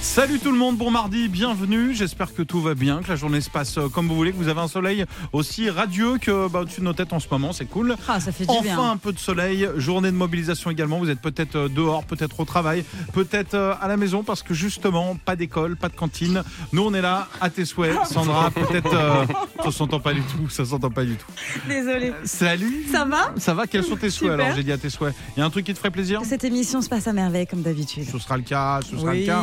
Salut tout le monde, bon mardi, bienvenue. J'espère que tout va bien, que la journée se passe euh, comme vous voulez, que vous avez un soleil aussi radieux que bah, au-dessus de nos têtes en ce moment, c'est cool. Ah, ça fait du bien. Enfin un peu de soleil, journée de mobilisation également. Vous êtes peut-être euh, dehors, peut-être au travail, peut-être euh, à la maison parce que justement, pas d'école, pas de cantine. Nous, on est là, à tes souhaits. Ah. Sandra, peut-être. euh, ça s'entend pas du tout, ça s'entend pas du tout. Désolée. Salut Ça va Ça va Quels sont tes souhaits Super. alors J'ai dit à tes souhaits. Il y a un truc qui te ferait plaisir Cette émission se passe à merveille comme d'habitude. Ce sera le cas, ce sera le cas.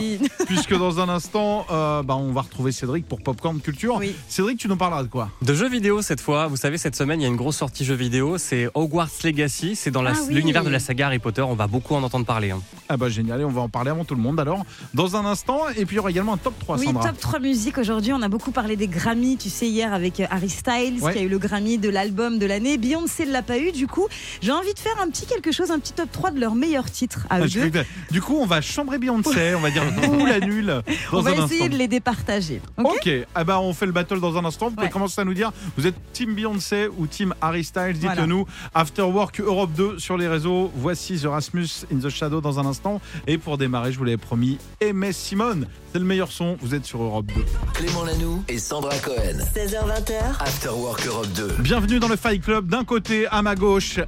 puisque dans un instant, euh, bah, on va retrouver Cédric pour Popcorn Culture. Oui. Cédric, tu nous parleras de quoi De jeux vidéo cette fois, vous savez cette semaine il y a une grosse sortie jeux vidéo, c'est Hogwarts Legacy, c'est dans la- Ah oui. l'univers de la saga Harry Potter, on va beaucoup en entendre parler. hein. Ah bah génial, et on va en parler avant tout le monde alors. Dans un instant, et puis il y aura également un top 3, Oui, Sandra. top 3 musique aujourd'hui. On a beaucoup parlé des Grammys, tu sais, hier avec euh, Harry Styles Ouais. qui a eu le Grammy de l'album de l'année. Beyoncé ne l'a pas eu. Du coup, j'ai envie de faire un petit quelque chose, un petit top 3 de leurs meilleurs titres à Ah, eux je deux. crois que- Du coup, on va chambrer Beyoncé, on va dire ouh la nulle dans On va un essayer instant. de les départager. Ok Ok, ah bah on fait le battle dans un instant. Vous pouvez Ouais. commencer à nous dire, vous êtes Team Beyoncé ou Team Harry Styles Voilà. Dites-le-nous. After Work Europe 2 sur les réseaux. Voici The Rasmus in the Shadow dans un instant. Et pour démarrer, je vous l'avais promis, Aimé Simone. C'est le meilleur son, vous êtes sur Europe 2. Clément Lanoux et Sandra Cohen. 16h, 20h, After Work Europe 2. Bienvenue dans le Fight Club. D'un côté, à ma gauche,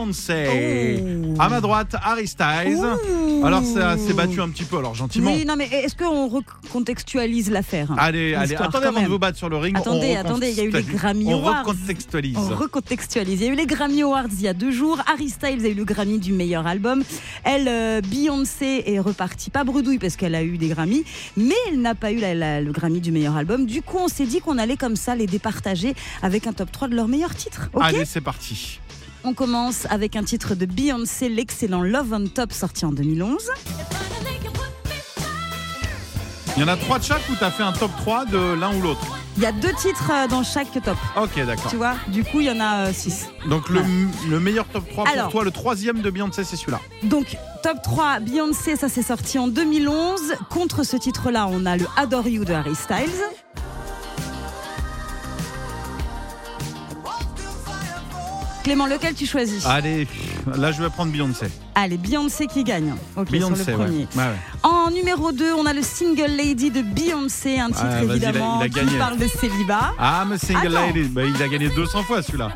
Beyoncé. À ma droite, Harry Styles. Alors, ça s'est battu un petit peu, alors gentiment. Oui, non, mais est-ce qu'on recontextualise l'affaire Allez, allez, L'histoire, attendez quand avant de même. vous battre sur le ring. Attendez, on attendez, il y a eu les recontextualise. Grammy On Awards. recontextualise. On recontextualise. Il y a eu les Grammy Awards il y a deux jours. Harry Styles a eu le Grammy du meilleur album. Elle, euh, Beyoncé, est repartie pas bredouille parce qu'elle a eu des Grammys, mais elle n'a pas eu la- la- le Grammy du meilleur album. Du coup, on s'est dit qu'on allait comme ça les départager avec un top 3 de leurs meilleurs titres. Ok Allez, c'est parti. On commence avec un titre de Beyoncé, l'excellent Love on Top, sorti en 2011. Il y en a trois de chaque ou t'as fait un top 3 de l'un ou l'autre Il y a deux titres euh, dans chaque top. Ok, d'accord. Tu vois, du coup, il y en a euh, six. Donc le, le meilleur top 3 Alors. pour toi, le troisième de Beyoncé, c'est celui-là. Donc, top 3, Beyoncé, ça c'est sorti en 2011. Contre ce titre-là, on a le Adore You de Harry Styles. Clément, lequel tu choisis Allez, pff, là je vais prendre Beyoncé. Allez, Beyoncé qui gagne. Ok, sur Beyoncé, le ouais. premier. Ouais, ouais. En numéro 2, on a le Single Lady de Beyoncé, un titre Ah, vas-y, il a- évidemment il a gagné. qui parle de célibat. Ah, mais Single Attends. Lady, bah, il a gagné 200 fois celui-là.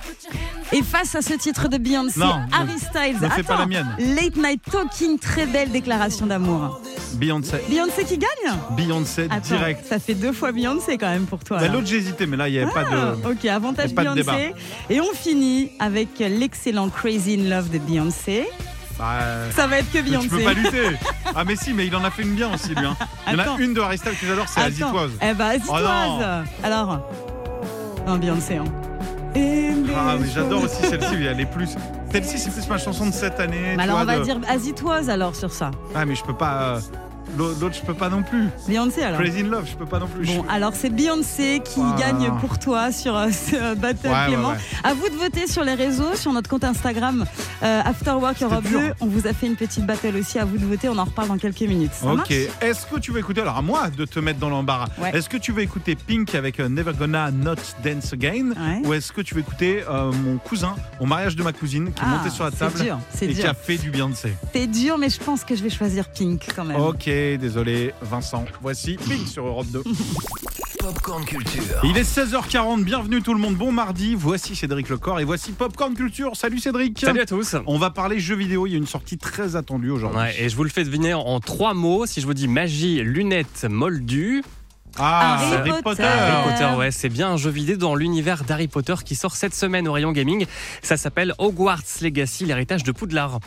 Et face à ce titre de Beyoncé, Non, Harry Styles, ne fais pas attends, la mienne. Late Night Talking, très belle déclaration d'amour. Beyoncé. Beyoncé qui gagne Beyoncé Attends, direct. Ça fait deux fois Beyoncé quand même pour toi. Bah, là. L'autre j'hésitais, mais là il n'y avait pas Ah, de. ok, avantage y a pas de Beyoncé. Et on finit avec l'excellent Crazy in Love de Beyoncé. Bah, Ça va être que mais tu peux Beyoncé. pas lutter. Ah, mais si, mais il en a fait une bien aussi, lui. hein. Il y en Attends. a une de Harry Styles que j'adore, c'est Attends. Azitoise. Eh ben, Azitoise. non. Alors. Non, Beyoncé. hein. Ah, mais j'adore aussi celle-ci, mais elle est plus. Celle-ci, c'est plus ma chanson de cette année. Mais tu Bah, alors, vois, on va de- dire Azitoise alors sur ça. Ah, mais je peux pas. euh, l'au- L'autre, je peux pas non plus. Beyoncé alors. Crazy in Love, je peux pas non plus. Bon, alors c'est Beyoncé qui Wow. gagne pour toi sur euh, ce euh, battle, Ouais, ouais, Clément. ouais. À vous de voter sur les réseaux, sur notre compte Instagram euh, After Work Europe dur. 2. On vous a fait une petite battle aussi. À vous de voter. On en reparle dans quelques minutes. Ça Ok. marche Est-ce que tu veux écouter alors à moi de te mettre dans l'embarras Ouais. Est-ce que tu veux écouter Pink avec euh, Never Gonna Not Dance Again Ouais. ou est-ce que tu veux écouter euh, mon cousin au mariage de ma cousine qui est Ah, monté sur la c'est table dur, c'est et qui dur. a fait du Beyoncé C'est dur, mais je pense que je vais choisir Pink quand même. Ok, désolé Vincent. Voici Pink sur Europe 2. Popcorn Culture. Il est 16h40. Bienvenue tout le monde. Bon mardi. Voici Cédric Lecor et voici Popcorn Culture. Salut Cédric. Salut à tous On va parler jeux vidéo. Il y a une sortie très attendue aujourd'hui. Ouais, Et je vous le fais deviner en trois mots, si je vous dis magie, lunettes, moldu, Ah, Harry Potter. Harry Euh. Potter, ouais, c'est bien un jeu vidéo dans l'univers d'Harry Potter qui sort cette semaine au rayon gaming, ça s'appelle Hogwarts Legacy, l'héritage de Poudlard.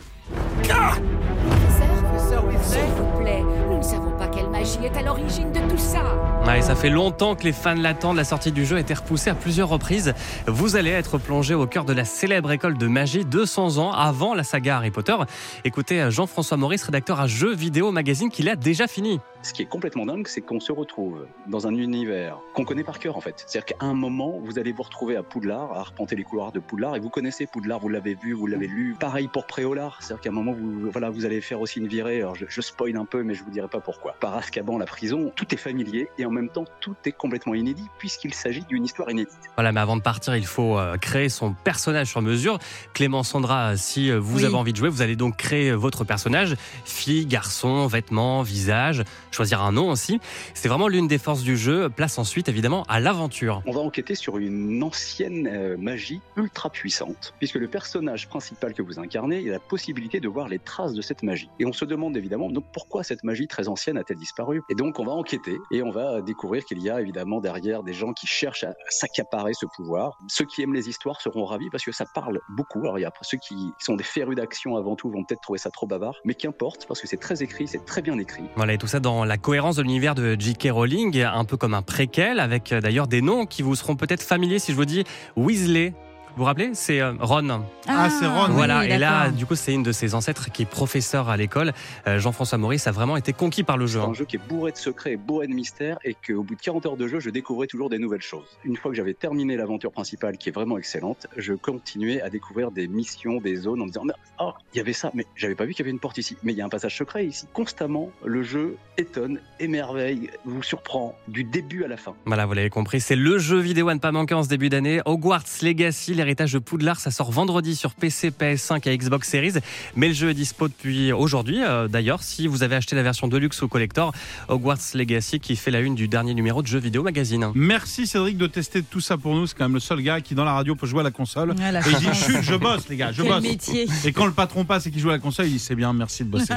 S'il vous plaît, nous ne savons pas quelle magie est à l'origine de tout ça. Ouais, et ça fait longtemps que les fans l'attendent. La sortie du jeu a été repoussée à plusieurs reprises. Vous allez être plongé au cœur de la célèbre école de magie 200 ans avant euh, la saga Harry Potter. Écoutez Jean-François Maurice, rédacteur à Jeux Vidéo Magazine, qui l'a déjà fini. Ce qui est complètement dingue, c'est qu'on se retrouve dans un univers qu'on connaît par cœur en fait. C'est-à-dire qu'à un moment, vous allez vous retrouver à Poudlard, à arpenter les couloirs de Poudlard, et vous connaissez Poudlard, vous l'avez vu, vous l'avez lu. Pareil pour Préolard, c'est-à-dire qu'à un moment, vous, voilà, vous allez faire aussi une virée. Alors je, je spoil un peu, mais je vous dirai pas pourquoi. Par Azkaban, la prison, tout est familier et en même temps, tout est complètement inédit puisqu'il s'agit d'une histoire inédite. Voilà, mais avant de partir, il faut euh, créer son personnage sur mesure. Clément Sandra, si euh, vous Oui. avez envie de jouer, vous allez donc créer euh, votre personnage, fille, garçon, vêtements, visage, choisir un nom aussi. C'est vraiment l'une des forces du jeu. Place ensuite évidemment à l'aventure. On va enquêter sur une ancienne euh, magie ultra puissante, puisque le personnage principal que vous incarnez il a la possibilité de voir les traces de cette magie. Et on se demande évidemment donc pourquoi cette magie très ancienne a-t-elle disparu Et donc on va enquêter et on va découvrir qu'il y a évidemment derrière des gens qui cherchent à à s'accaparer ce pouvoir. Ceux qui aiment les histoires seront ravis parce que ça parle beaucoup. Alors il y a ceux qui sont des férus d'action avant tout vont peut-être trouver ça trop bavard, mais qu'importe parce que c'est très écrit, c'est très bien écrit. Voilà, et tout ça dans la cohérence de l'univers de J.K. Rowling, un peu comme un préquel, avec euh, d'ailleurs des noms qui vous seront peut-être familiers si je vous dis Weasley. Vous vous rappelez C'est euh, Ron. Ah, c'est Ron. oui, voilà, et là, d'accord. du coup, c'est une de ses ancêtres qui est professeur à l'école. Euh, Jean-François Maurice a vraiment été conquis par le jeu. C'est hein. un jeu qui est bourré de secrets, bourré de mystères, et qu'au bout de 40 heures de jeu, je découvrais toujours des nouvelles choses. Une fois que j'avais terminé l'aventure principale, qui est vraiment excellente, je continuais à découvrir des missions, des zones, en me disant, oh, il y avait ça, mais j'avais pas vu qu'il y avait une porte ici, mais il y a un passage secret ici. Constamment, le jeu étonne, émerveille, vous surprend, du début à la fin. Voilà, vous l'avez compris, c'est le jeu vidéo à ne pas manquer en ce début d'année. Hogwarts Legacy, l'héritage de Poudlard, ça sort vendredi sur PC, PS5 et Xbox Series. Mais le jeu est dispo depuis aujourd'hui. Euh, D'ailleurs, si vous avez acheté la version Deluxe ou Collector, Hogwarts Legacy qui fait la une du dernier numéro de Jeux Vidéo Magazine. Merci Cédric de tester tout ça pour nous. C'est quand même le seul gars qui, dans la radio, peut jouer à la console. Ah, la Et il dit chance. chut, je bosse, les gars, je Quel bosse. métier. Et quand le patron passe et qu'il joue à la console, il dit c'est bien, merci de bosser.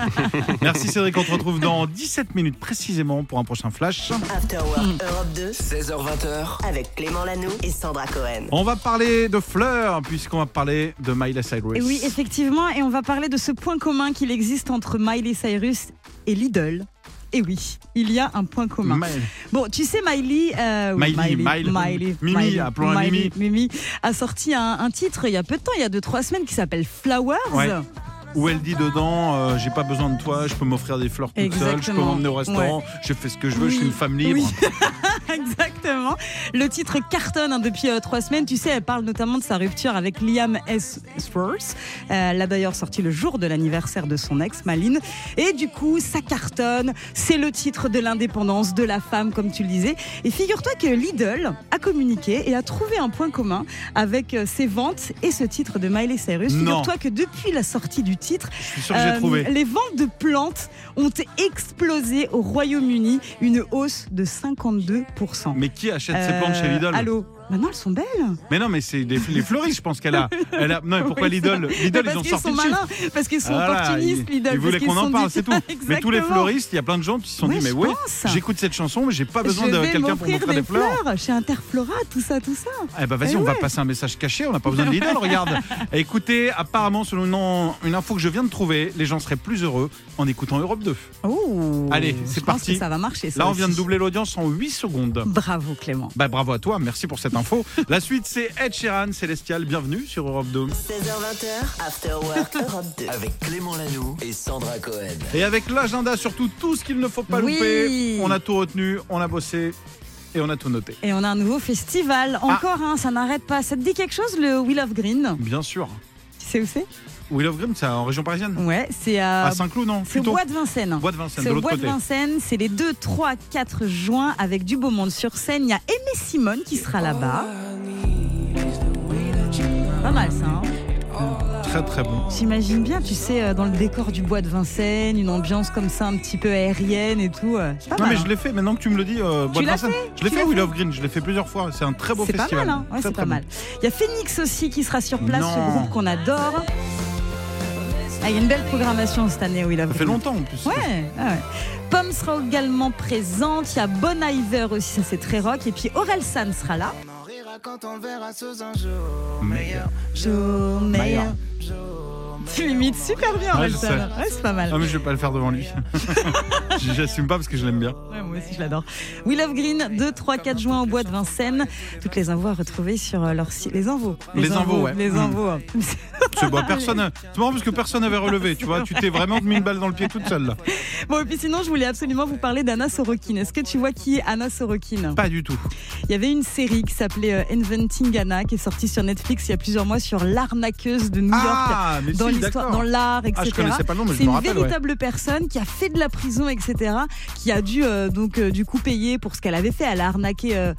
merci Cédric, on te retrouve dans 17 minutes précisément pour un prochain flash. After Work Europe 2 16h20h, avec Clément Lano et Sandra Cohen. On va parler de fleurs puisqu'on va parler de Miley Cyrus. Et oui, effectivement, et on va parler de ce point commun qu'il existe entre Miley Cyrus et Lidl. Et oui, il y a un point commun. Miley. Bon, tu sais, Miley, euh, oui, Miley, Miley, Mimi, appelons-la Miley, Mimi a sorti un, un titre il y a peu de temps, il y a 2-3 semaines, qui s'appelle Flowers. Ouais. Où elle dit dedans, euh, j'ai pas besoin de toi, je peux m'offrir des fleurs toute seule, je peux Exactement. m'emmener au restaurant, je fais ce que je veux, je suis Oui. une femme libre. Oui. Exactement. Le titre cartonne hein, depuis euh, trois semaines. Tu sais, elle parle notamment de sa rupture avec Liam Hemsworth. Euh, elle a d'ailleurs sorti le jour de l'anniversaire de son ex, Maline. Et du coup, ça cartonne. C'est le titre de l'indépendance de la femme, comme tu le disais. Et figure-toi que Lidl a communiqué et a trouvé un point commun avec euh, ses ventes et ce titre de Miley Cyrus. Non. Figure-toi que depuis la sortie du titre, Je suis sûr que j'ai euh, trouvé. Les ventes de plantes ont explosé au Royaume-Uni, une hausse de 52%. Mais qui achète ses Euh, plantes chez Lidl Allô Maintenant, elles sont belles. Mais non, mais c'est les, les fleuristes, je pense qu'elle a, elle a. Non, mais pourquoi Oui, Lidl Mais Lidl, parce ils ont qu'ils sorti sont le chiffre. malins, parce qu'ils sont Voilà, opportunistes, ils- Lidl. Ils parce voulaient qu'ils qu'on en sont parle, dit- c'est tout. Mais tous les Exactement. fleuristes, il y a plein de gens qui se sont Ouais, dit Mais je oui, pense. j'écoute cette chanson, mais j'ai pas Je besoin de vais quelqu'un pour m'offrir m'offrir des fleurs. chez Interflora, tout ça, tout ça. Eh ben vas-y, Eh on va ouais. passer un message caché, on n'a pas besoin de Lidl, regarde. Écoutez, apparemment, selon une, en- une info que je viens de trouver, les gens seraient plus heureux en écoutant Europe 2. Oh, Allez, je c'est pense parti. que ça va marcher. ça Là, on aussi. vient de doubler l'audience en 8 secondes. Bravo, Clément. Bah bravo à toi, merci pour cette info. La suite, c'est Ed Sheeran, Célestial, bienvenue sur Europe 2. 16h20h, After Work Europe 2. avec Clément Lanoux et Sandra Cohen. Et avec l'agenda, surtout tout ce qu'il ne faut pas Oui. louper. On a tout retenu, on a bossé et on a tout noté. Et on a un nouveau festival. Encore, Ah. hein, ça n'arrête pas. Ça te dit quelque chose, le Wheel of Green Bien sûr. Tu sais où c'est Will of Grimm, c'est en région parisienne Ouais, c'est à, À Saint-Cloud, non Ah, c'est au Plutôt. Bois de Vincennes. Bois de Vincennes, C'est de au l'autre Bois de côté. Vincennes, c'est les 2, 3, 4 juin avec du beau monde sur scène. Il y a Aimé Simone qui sera là-bas. Pas mal ça, hein Très très bon. J'imagine bien, tu sais, euh, dans le décor du Bois de Vincennes, une ambiance comme ça, un petit peu aérienne et tout. euh, C'est pas Non mal. mais je hein. l'ai fait, maintenant que tu me le dis, euh, Bois de l'as Vincennes. Je l'ai Tu fait l'as Will fait of Green, je l'ai fait plusieurs fois, c'est un très beau c'est pas festival. mal, hein Ouais, Très, c'est très pas bon. mal. Il y a Phoenix aussi qui sera sur place, Non. ce groupe qu'on adore. Ah, il y a une belle programmation cette année, Will of Ça fait Green. longtemps en plus. Ouais, ouais. Pomme sera également présente, il y a Bon Iver aussi, ça c'est très rock, et puis Aurel San sera là. Meilleur. Jour meilleur. Tu l'imites super bien, Ouais, Aurel je Ah, San. Ouais, c'est pas mal. Non mais je vais pas le faire devant lui. J'assume pas parce que je l'aime bien. Ouais, moi aussi, je l'adore. We Love Green, 2, 3, 4 juin au bois de Vincennes. Toutes les infos à retrouver sur euh, leur site. Les invos. Les invos, ouais. Les Mm. invos. C'est bon, personne. C'est marrant parce que personne n'avait relevé. Tu vois, tu t'es vraiment mis une balle dans le pied toute seule. là. Bon, et puis sinon, je voulais absolument vous parler d'Anna Sorokin. Est-ce que tu vois qui est Anna Sorokin Pas du tout. Il y avait une série qui s'appelait euh, Inventing Anna qui est sortie sur Netflix il y a plusieurs mois sur l'arnaqueuse de New York. Ah, mais dans si, l'histoire, dans d'accord. l'art, etc. Ah, je connaissais pas le nom, mais je c'est me une rappelle. ouais. véritable personne qui a fait de la prison, etc. Qui a dû euh, donc euh, du coup payer pour ce qu'elle avait fait. Elle a arnaqué. euh,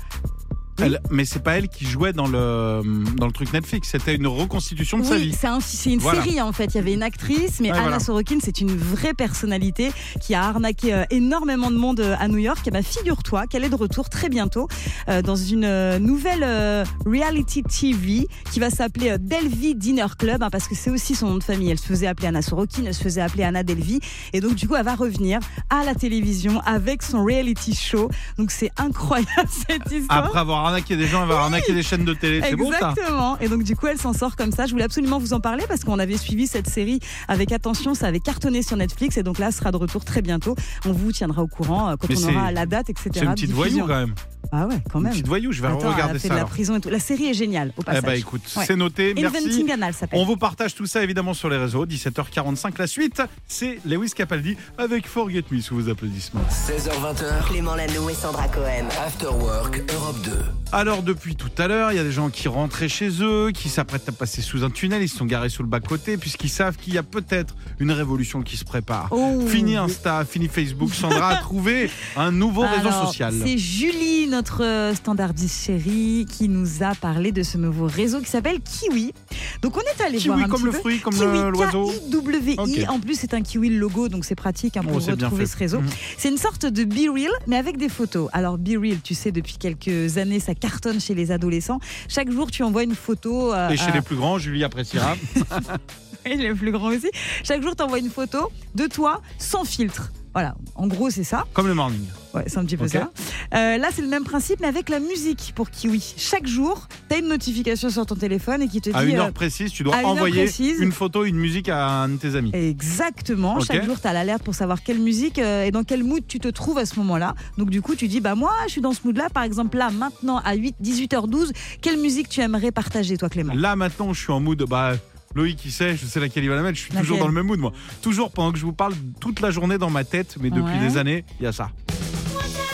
Elle- mais c'est pas elle qui jouait dans le, dans le truc Netflix. C'était une reconstitution de sa Oui, vie. c'est un- c'est une Voilà. série en fait. Il y avait une actrice, mais Ouais, Anna voilà. Sorokin, c'est une vraie personnalité qui a arnaqué euh, énormément de monde euh, à New York. Et bah, figure-toi qu'elle est de retour très bientôt euh, dans une euh, nouvelle euh, reality TV qui va s'appeler euh, Delvey Dinner Club, hein, parce que c'est aussi son nom de famille. Elle se faisait appeler Anna Sorokin, elle se faisait appeler Anna Delvey, et donc du coup, elle va revenir à la télévision avec son reality show. Donc c'est incroyable cette histoire. Après avoir arnaqué des gens, elle va arnaquer des chaînes de télé. C'est bon ça Exactement. et donc du coup, elle s'en sort comme ça. Je voulais absolument vous en parler parce qu'on avait suivi cette série avec attention. Ça avait cartonné sur Netflix et donc là, ce sera de retour très bientôt. On vous tiendra au courant euh, quand Mais on c'est- aura la date, etc. C'est une petite de voyou diffusion. quand même. Ah ouais, quand Une même. petite voyou, je vais Attends, elle a regarder fait ça. de la alors. prison et tout. La série est géniale au Eh passage. bah écoute, Ouais. c'est noté. Merci. Inventing Anna, elle s'appelle. On vous partage tout ça évidemment sur les réseaux. 17h45, la suite, c'est Lewis Capaldi avec Forget Me sous vos applaudissements. 16h20h, Clément Lano et Sandra Cohen. After Work Europe 2. Alors depuis tout à l'heure, il y a des gens qui rentraient chez eux, qui s'apprêtent à passer sous un tunnel, ils se sont garés sous le bas-côté puisqu'ils savent qu'il y a peut-être une révolution qui se prépare. Oh. Fini Insta, fini Facebook, Sandra a trouvé un nouveau réseau Alors, social. C'est Julie, notre euh, standardiste chérie, qui nous a parlé de ce nouveau réseau qui s'appelle Kiwi. Donc on est allé Kiwi, voir un comme petit le peu. fruit, comme Kiwi, le- l'oiseau. K-I-W-I. Ok. En plus, c'est un kiwi le logo, donc c'est pratique hein, pour Oh, c'est bien retrouver fait. ce réseau. Mhm. C'est une sorte de Be Real, mais avec des photos. Alors, Be Real, tu sais, depuis quelques années, ça cartonne chez les adolescents. Chaque jour, tu envoies une photo. euh, Et chez à- les plus grands, Julie appréciera. et les plus grands aussi. Chaque jour, tu envoies une photo de toi sans filtre. Voilà, en gros, c'est ça. Comme le morning. Ouais, c'est un petit peu Ok. ça. Euh, là, c'est le même principe, mais avec la musique pour Kiwi. Chaque jour, tu as une notification sur ton téléphone et qui te À dit. Ah, une euh, heure précise, tu dois à une heure envoyer précise. une photo, une musique à un de tes amis. Exactement. Ok. Chaque jour, tu as l'alerte pour savoir quelle musique euh, et dans quel mood tu te trouves à ce moment-là. Donc, du coup, tu dis, bah, moi, je suis dans ce mood-là. Par exemple, là, maintenant, à 8, 18h12, quelle musique tu aimerais partager, toi, Clément Là maintenant, je suis en mood. Bah, Loïc, il sait, je sais laquelle il va la mettre. Je suis Laquelle toujours dans le même mood, moi. Toujours pendant que je vous parle toute la journée dans ma tête, mais depuis Ouais. des années, il y a ça.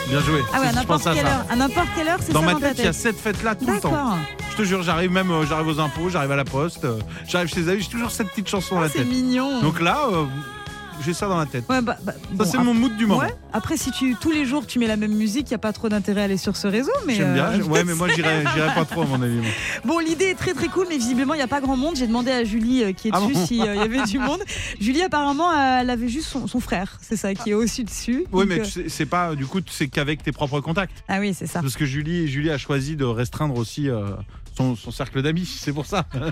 Bien joué. Ah ouais, à Je n'importe pense à quelle ça. heure. À n'importe quelle heure, c'est Dans ça ma dans ta tête, il y a cette fête-là tout le temps. D'accord. Je te jure, j'arrive même, euh, j'arrive aux impôts, j'arrive à la poste, euh, j'arrive chez les amis, j'ai toujours cette petite chanson dans Ah, la c'est tête. mignon. Donc là, euh, j'ai ça dans la tête. Ouais, bah, bah, bon, Ça, c'est mon mood du moment. Ouais. Après, si tu tous les jours tu mets la même musique, il n'y a pas trop d'intérêt à aller sur ce réseau. Mais J'aime bien. euh, j'ai- Ouais, mais moi, j'irai j'irai pas trop, à mon avis. moi. Bon, l'idée est très très cool, mais visiblement, il n'y a pas grand monde. J'ai demandé à Julie euh, qui est Ah dessus bon s'il y avait du monde. Julie, apparemment, euh, elle avait juste son, son frère, c'est ça, qui est aussi dessus. Oui, Donc, mais euh, tu sais, c'est pas, du coup, c'est qu'avec tes propres contacts. Ah oui, c'est ça. Parce que Julie, Julie a choisi de restreindre aussi euh, son, son cercle d'amis, c'est pour ça. Non,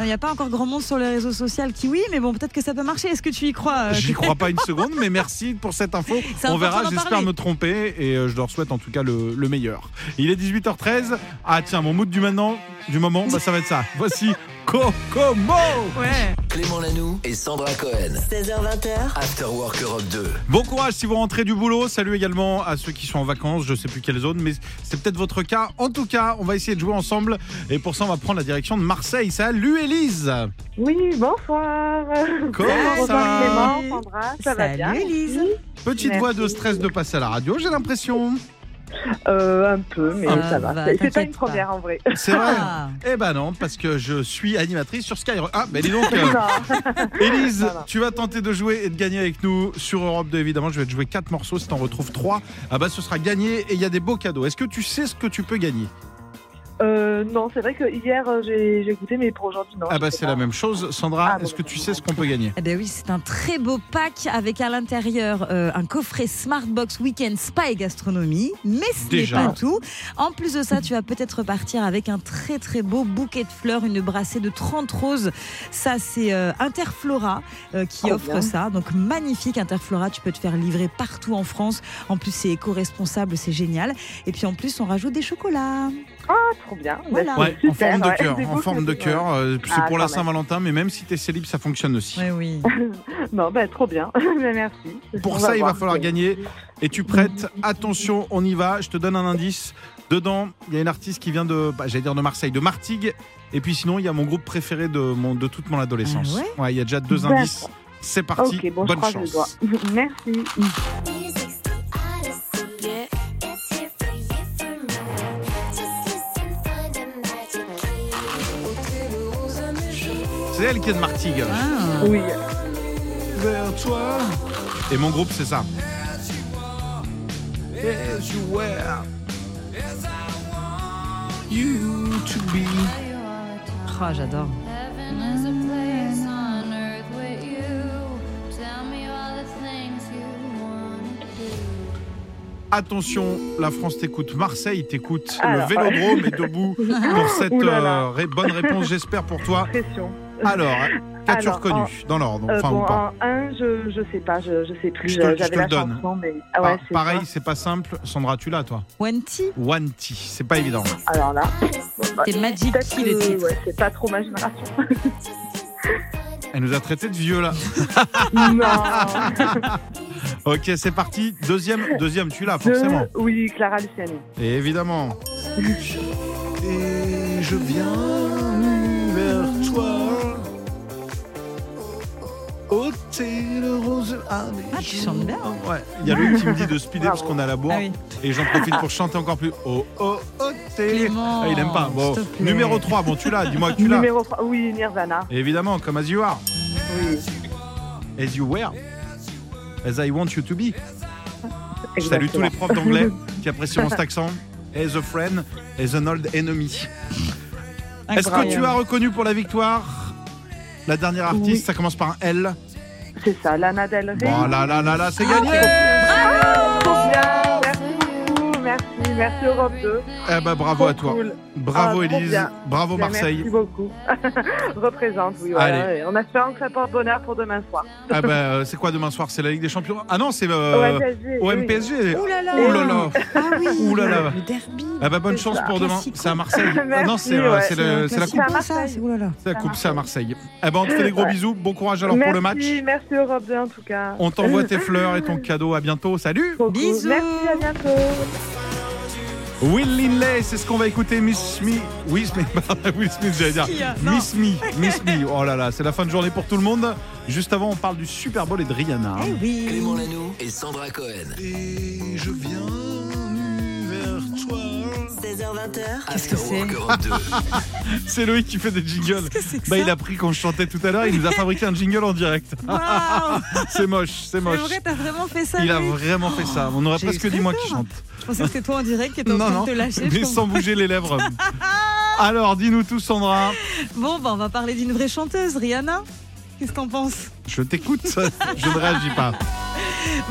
Il n'y a pas encore grand monde sur le réseau social qui, oui, mais bon, peut-être que ça peut marcher. Est-ce que tu y crois euh, J'y crois pas une seconde, mais merci pour cette info. C'est important On verra, d'en j'espère parler. me tromper et euh, je leur souhaite en tout cas le, le meilleur. Il est 18h13. Ah tiens, mon mood du maintenant, du moment, bah, ça va être ça. Voici Kokomo. Ouais. Clément Lanoux et Sandra Cohen. 16h20h, After Work Europe 2. Bon courage si vous rentrez du boulot. Salut également à ceux qui sont en vacances. Je sais plus quelle zone, mais c'est peut-être votre cas. En tout cas, on va essayer de jouer ensemble et pour ça, on va prendre la direction de Marseille. Salut Élise. Oui, bonsoir. Comment bonsoir ça Clément, Sandra, ça va Salut, bien Élise. merci. Petite Merci. voix de stress de passer à la radio, j'ai l'impression. Euh, Un peu, mais Ça ça va. Ah va, C'est- C'est pas t'inquiète une première en vrai. C'est vrai. Ah. Eh ben non, parce que je suis animatrice sur Skyrock. Ah, ben dis donc, euh, Non. Élise, Voilà. tu vas tenter de jouer et de gagner avec nous sur Europe 2, évidemment. Je vais te jouer 4 morceaux. Si t'en retrouves 3, ah bah ce sera gagné et il y a des beaux cadeaux. Est-ce que tu sais ce que tu peux gagner Oh, Euh, non, c'est vrai que hier euh, j'ai j'ai goûté, mais pour aujourd'hui, non. Ah, bah je sais c'est pas. la même chose. Sandra, Ah, bon, est-ce que bah, tu c'est sais bon. ce qu'on peut gagner Eh ben oui, c'est un très beau pack avec à l'intérieur euh, un coffret Smartbox Weekend Spa et Gastronomie. Mais ce n'est Déjà. pas tout. En plus de ça, tu vas peut-être repartir avec un très très beau bouquet de fleurs, une brassée de 30 roses. Ça, c'est euh, Interflora euh, qui Oh, offre bien. ça. Donc magnifique Interflora, tu peux te faire livrer partout en France. En plus, c'est éco-responsable, c'est génial. Et puis en plus, on rajoute des chocolats. Ah, trop bien. Voilà. Bah, Ouais, c'est en super, forme de ouais. cœur, C'est en beau, forme c'est de beau. cœur. euh, C'est Ah, pour la quand même. Saint-Valentin, mais même si t'es célib, ça fonctionne aussi. Ouais, oui. Non, bah, trop bien. Bah, Merci. Pour On ça, il va voir. falloir gagner. Et tu prêtes Attention, on y va. Je te donne un indice. Dedans, il y a une artiste qui vient de, bah, j'allais dire de Marseille, de Martigues. Et puis sinon, il y a mon groupe préféré de, mon, de toute mon adolescence. Ah ouais, il y a déjà deux D'accord. indices. C'est parti. Ok, bon, je Bonne croise chance. les doigts. Merci. C'est elle qui est de Martigues. Ah. Oui. Vers toi. Et mon groupe, c'est ça. As you were. You to be. Oh, j'adore. Attention, la France t'écoute, Marseille t'écoute, le Alors, Vélodrome est debout pour cette Ouh là là. euh, ré- bonne réponse, j'espère pour toi. Pression. Alors, qu'as-tu Alors, reconnu dans l'ordre, Euh, enfin bon, ou pas un, un, je, je sais pas, je, je sais plus. Je te- je J'avais te la le donne. chanson, mais. Ah ouais, Pa- c'est Pareil, c'est pas simple. Sandra, tu l'as toi Twenty, One T, c'est pas évident. ça. Alors là. bon, bah, C'est Magic peut-être Key, le que, titre. ouais, c'est pas trop ma génération. Elle nous a traité de vieux là. Ah, non. Ok, c'est parti. Deuxième, deuxième, tu l'as forcément. Deux, oui, Clara Luciani. Et évidemment. Et je viens vers toi. Ôter le rose. Ah, tu chantes bien. Ouais, il y a l'autre qui me dit de speeder parce Bravo. qu'on a la bourre. Ah oui. Et j'en profite pour chanter encore plus. Oh, oh, oh, télé. Clément, Ah, il aime pas. Bon, s'il te plaît. numéro 3, bon, tu l'as, dis-moi que tu l'as. Numéro 3. Oui, Nirvana. Évidemment, comme as you are. Oui. Mm. As you were. As I want you to be. Je salue Salut tous les profs d'anglais qui apprécient mon cet accent. As a friend, as an old enemy. Est-ce que tu as reconnu pour la victoire la dernière artiste Oui. Ça commence par un L. C'est ça, Lana Del Rey. Bon, là, là, là, là, c'est gagné. Trop bien, merci beaucoup, merci, merci Europe 2. Eh ben, bravo Ah, Trop à toi. cool. Bravo, Ah, trop Elise. bien. Bravo, Bien, Marseille. Merci beaucoup. Représente, oui, voilà. Allez. ouais. En espérant que ça porte bonheur pour demain soir. Ah bah, euh, c'est quoi demain soir C'est la Ligue des Champions Ah non, c'est euh, OMPSG, oui. OMPSG. Ouh là là. Oh là là. Ah oui. Ouh là là. Le derby. Ah bah bonne C'est chance ça. pour demain. Classico. C'est à Marseille. Ah Merci, non, c'est euh, ouais. c'est le- c'est la coupe. Classico. C'est ça, c'est ouh là là. C'est la à coupe, c'est à Marseille. Ah bah on te fait des gros Ouais. bisous. Bon courage alors pour le match. Merci, merci Europe 2 en tout cas. On t'envoie tes fleurs et ton cadeau. À bientôt. Salut. Trop cool. Bisous. Merci, à bientôt. Will Linley, c'est ce qu'on va écouter. Miss Me. Will Smith. pardon, Will Smith, j'allais dire. Qui, euh, non. Miss Me. Miss Me. Oh là là, c'est la fin de journée pour tout le monde. Juste avant, on parle du Super Bowl et de Rihanna. Eh oui. Clément Lanoux et Sandra Cohen. Et je viens vers toi. 16h20h, After que Work c'est Europe 2. C'est Loïc qui fait des jingles. Qu'est-ce que c'est que Bah, ça il a pris quand je chantais tout à l'heure, il nous a fabriqué un jingle en direct. Waouh Ah, C'est moche, c'est C'est moche. vrai, t'as vraiment fait ça Il a Louis vraiment fait ça. On aurait j'ai presque eu dit très moi peur. qui chante. Je pensais que c'était toi en direct qui était en Non, train non. de te lâcher. je Mais sans bouger les lèvres. Alors, dis-nous tout, Sandra. comprends. Bon, bah, on va parler d'une vraie chanteuse, Rihanna. Qu'est-ce que t'en penses Je t'écoute. Je ne réagis pas.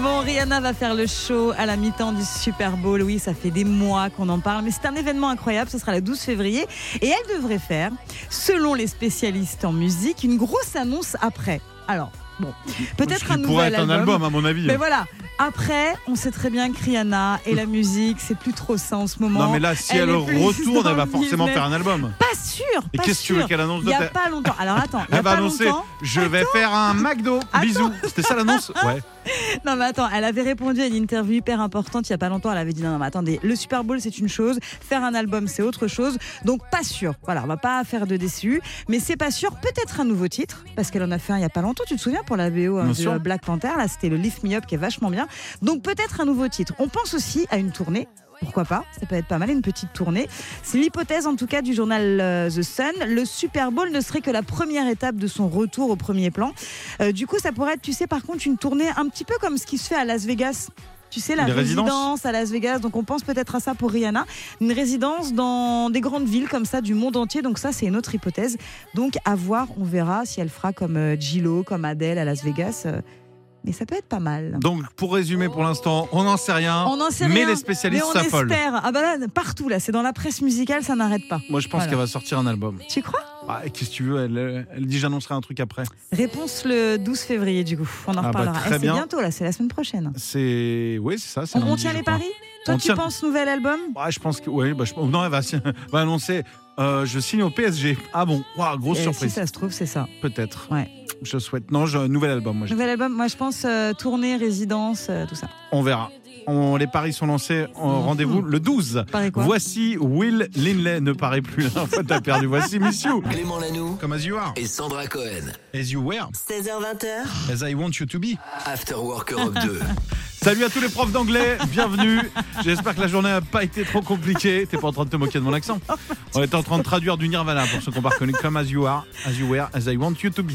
Bon, Rihanna va faire le show à la mi-temps du Super Bowl. Oui, ça fait des mois qu'on en parle, mais c'est un événement incroyable. Ce sera le 12 février. Et elle devrait faire, selon les spécialistes en musique, une grosse annonce après. Alors, bon, Ce peut-être qui un pourrait nouvel être un album, à mon avis. Mais voilà, après, on sait très bien que Rihanna et la musique, c'est plus trop ça en ce moment. Non, mais là, si elle, Elle est plus retourne, dans elle va le forcément business. faire un album. Pas sûr Et pas qu'est-ce que tu veux sûr. qu'elle annonce Il de n'y a ta- pas longtemps. Alors attends, il y Elle a va pas annoncer longtemps. Je vais faire un McDo. Attends. Bisous. C'était ça l'annonce Ouais. Non mais attends, elle avait répondu à une interview hyper importante il y a pas longtemps. Elle avait dit non, non mais attendez, le Super Bowl c'est une chose, faire un album c'est autre chose. Donc pas sûr. Voilà, on va pas faire de déçu, mais c'est pas sûr. Peut-être un nouveau titre parce qu'elle en a fait un il y a pas longtemps. Tu te souviens pour la BO hein, Bien de sûr. euh, Black Panther là, c'était le Lift Me Up qui est vachement bien. Donc peut-être un nouveau titre. On pense aussi à une tournée. Pourquoi pas Ça peut être pas mal, une petite tournée. C'est l'hypothèse en tout cas du journal euh, The Sun. Le Super Bowl ne serait que la première étape de son retour au premier plan. Euh, du coup, ça pourrait être, tu sais, par contre, une tournée un petit peu comme ce qui se fait à Las Vegas. Tu sais, la Des résidences. résidence à Las Vegas. Donc, on pense peut-être à ça pour Rihanna. Une résidence dans des grandes villes comme ça, du monde entier. Donc, ça, c'est une autre hypothèse. Donc, à voir, on verra si elle fera comme euh, Gillo, comme Adele à Las Vegas. Euh, Mais ça peut être pas mal. Donc, pour résumer pour l'instant, on n'en sait rien. On n'en sait mais rien. les Mais spécialistes on s'affolent. espère. Ah bah là, partout, là. C'est dans la presse musicale, ça n'arrête pas. Moi, je pense Voilà. qu'elle va sortir un album. Tu crois Bah, Qu'est-ce que tu veux elle, euh, elle dit j'annoncerai un truc après. Réponse le 12 février, du coup. On en bah, reparlera. Eh, très c'est bien. bientôt, là, c'est la semaine prochaine. C'est. Oui, c'est ça. c'est On, on lundi, tient je les crois. paris Toi, On tu tient- penses nouvel album Ouais, je pense que. Oui, bah, je- Non, elle va, si- va annoncer. euh, je signe au PSG. Ah bon Waouh, grosse Eh, Si surprise. ça se trouve, c'est ça. Peut-être. Ouais. Je souhaite. Non, j'ai un nouvel album. Moi, j'ai- Nouvel album, moi je pense euh, tournée, résidence, euh, tout ça. On verra. On- les paris sont lancés. En Mhm. rendez-vous le 12. Pareil quoi Voici Will Linley. Ne paraît plus. hein, En fait, t'as perdu. Voici Miss You. Clément Lanoux Comme as you are, et Sandra Cohen. as you were, 16h20h. as I want you to be. After Work Europe 2. Salut à tous les profs d'anglais, bienvenue. J'espère que la journée n'a pas été trop compliquée. T'es pas en train de te moquer de mon accent. On était en train de traduire du Nirvana pour ceux qui ont pas reconnu comme as you are, as you were, as I want you to be.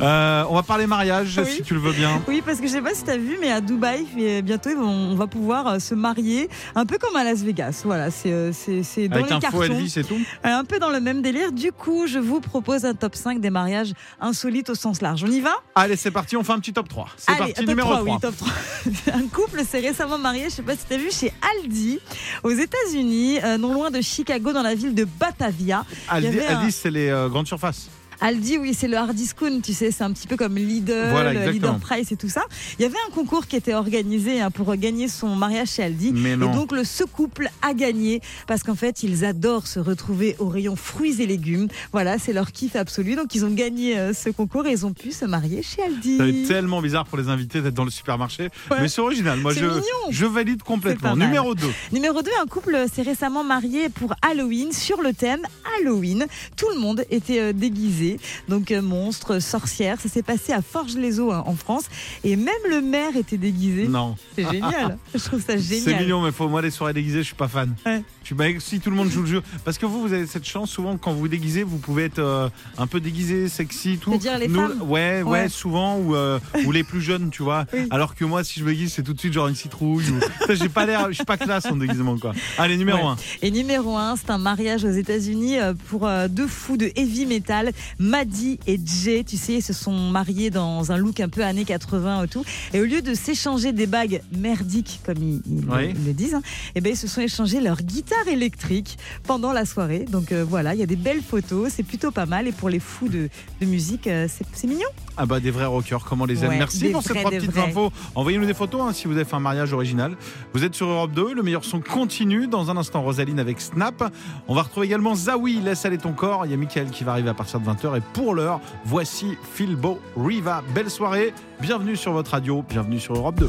Euh, on va parler mariage Oui. si tu le veux bien. Euh, Oui, parce que je sais pas si t'as vu, mais à Dubaï, euh, bientôt, ils vont- on va pouvoir euh, se marier, un peu comme à Las Vegas. Voilà, c'est euh, c'est- c'est dans Avec les un cartons. faux Elvis et tout. Euh, Un peu dans le même délire. Du coup, je vous propose un top 5 des mariages insolites au sens large. On y va Allez, c'est parti, on fait un petit top 3. C'est Allez, parti, top numéro 3. trois, oui, top trois. Un couple s'est récemment marié, je sais pas si t'as vu, chez Aldi, aux États-Unis, euh, non loin de Chicago, dans la ville de Batavia. Il Aldi, y avait un- Aldi, c'est les euh, grandes surfaces. Aldi, oui, c'est le hard discount, tu sais, c'est un petit peu comme Lidl, Voilà, le exactement. Leader Price et tout ça. Il y avait un concours qui était organisé hein, pour gagner son mariage chez Aldi. Mais non. Et donc, le, ce couple a gagné parce qu'en fait, ils adorent se retrouver au rayon fruits et légumes. Voilà, c'est leur kiff absolu. Donc, ils ont gagné euh, ce concours et ils ont pu se marier chez Aldi. Ça va être tellement bizarre pour les invités d'être dans le supermarché. Ouais. Mais c'est original. Moi, C'est je, mignon. je valide complètement. pas mal. Numéro 2. Numéro 2, un couple s'est récemment marié pour Halloween sur le thème Halloween. Tout le monde était euh, déguisé, donc euh, monstre, sorcière. Ça s'est passé à Forges-les-Eaux hein, en France et même le maire était déguisé. Non. C'est génial. Je trouve ça C'est génial. mignon, mais faut moi les soirées déguisées, je suis pas fan. Ouais. Je suis- bah, si tout le monde joue le jeu, parce que vous, vous avez cette chance souvent quand vous vous déguisez, vous pouvez être euh, un peu déguisé, sexy, tout. C'est-à-dire les femmes ouais, ouais, Ouais. souvent ou euh, ou les plus jeunes, tu vois. Oui. Alors que moi, si je me déguise, c'est tout de suite genre une citrouille. Ou... Ça, J'ai pas l'air, je suis pas classe en déguisement quoi. Allez numéro Ouais. 1 Et numéro 1, c'est un mariage aux États-Unis euh, pour euh, deux fous de heavy metal, Maddy et Jay. Tu sais, ils se sont mariés dans un look un peu années 80 et tout. Et au lieu de s'échanger des bagues merdiques, comme ils, ils le- Oui. ils le disent, hein, eh ben, ils se sont échangés leur guitare électrique pendant la soirée. Donc euh, voilà, il y a des belles photos, c'est plutôt pas mal. Et pour les fous de, de musique, euh, c'est c'est mignon. Ah bah des vrais rockers, comment les aime. Ouais, Merci des pour ces vrais, trois des petites vrais. infos. Envoyez-nous des photos hein, si vous avez fait un mariage original. Vous êtes sur Europe 2, le meilleur son continue. Dans un instant, Rosaline avec Snap. On va retrouver également Zawi, laisse aller ton corps. Il y a Mickaël qui va arriver à partir de 20h. Et pour l'heure, voici Philbo Riva. Belle soirée, bienvenue sur votre radio, bienvenue sur Europe 2.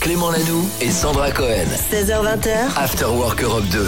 Clément Lanoux et Sandra Cohen. 16h20h. After Work Europe 2.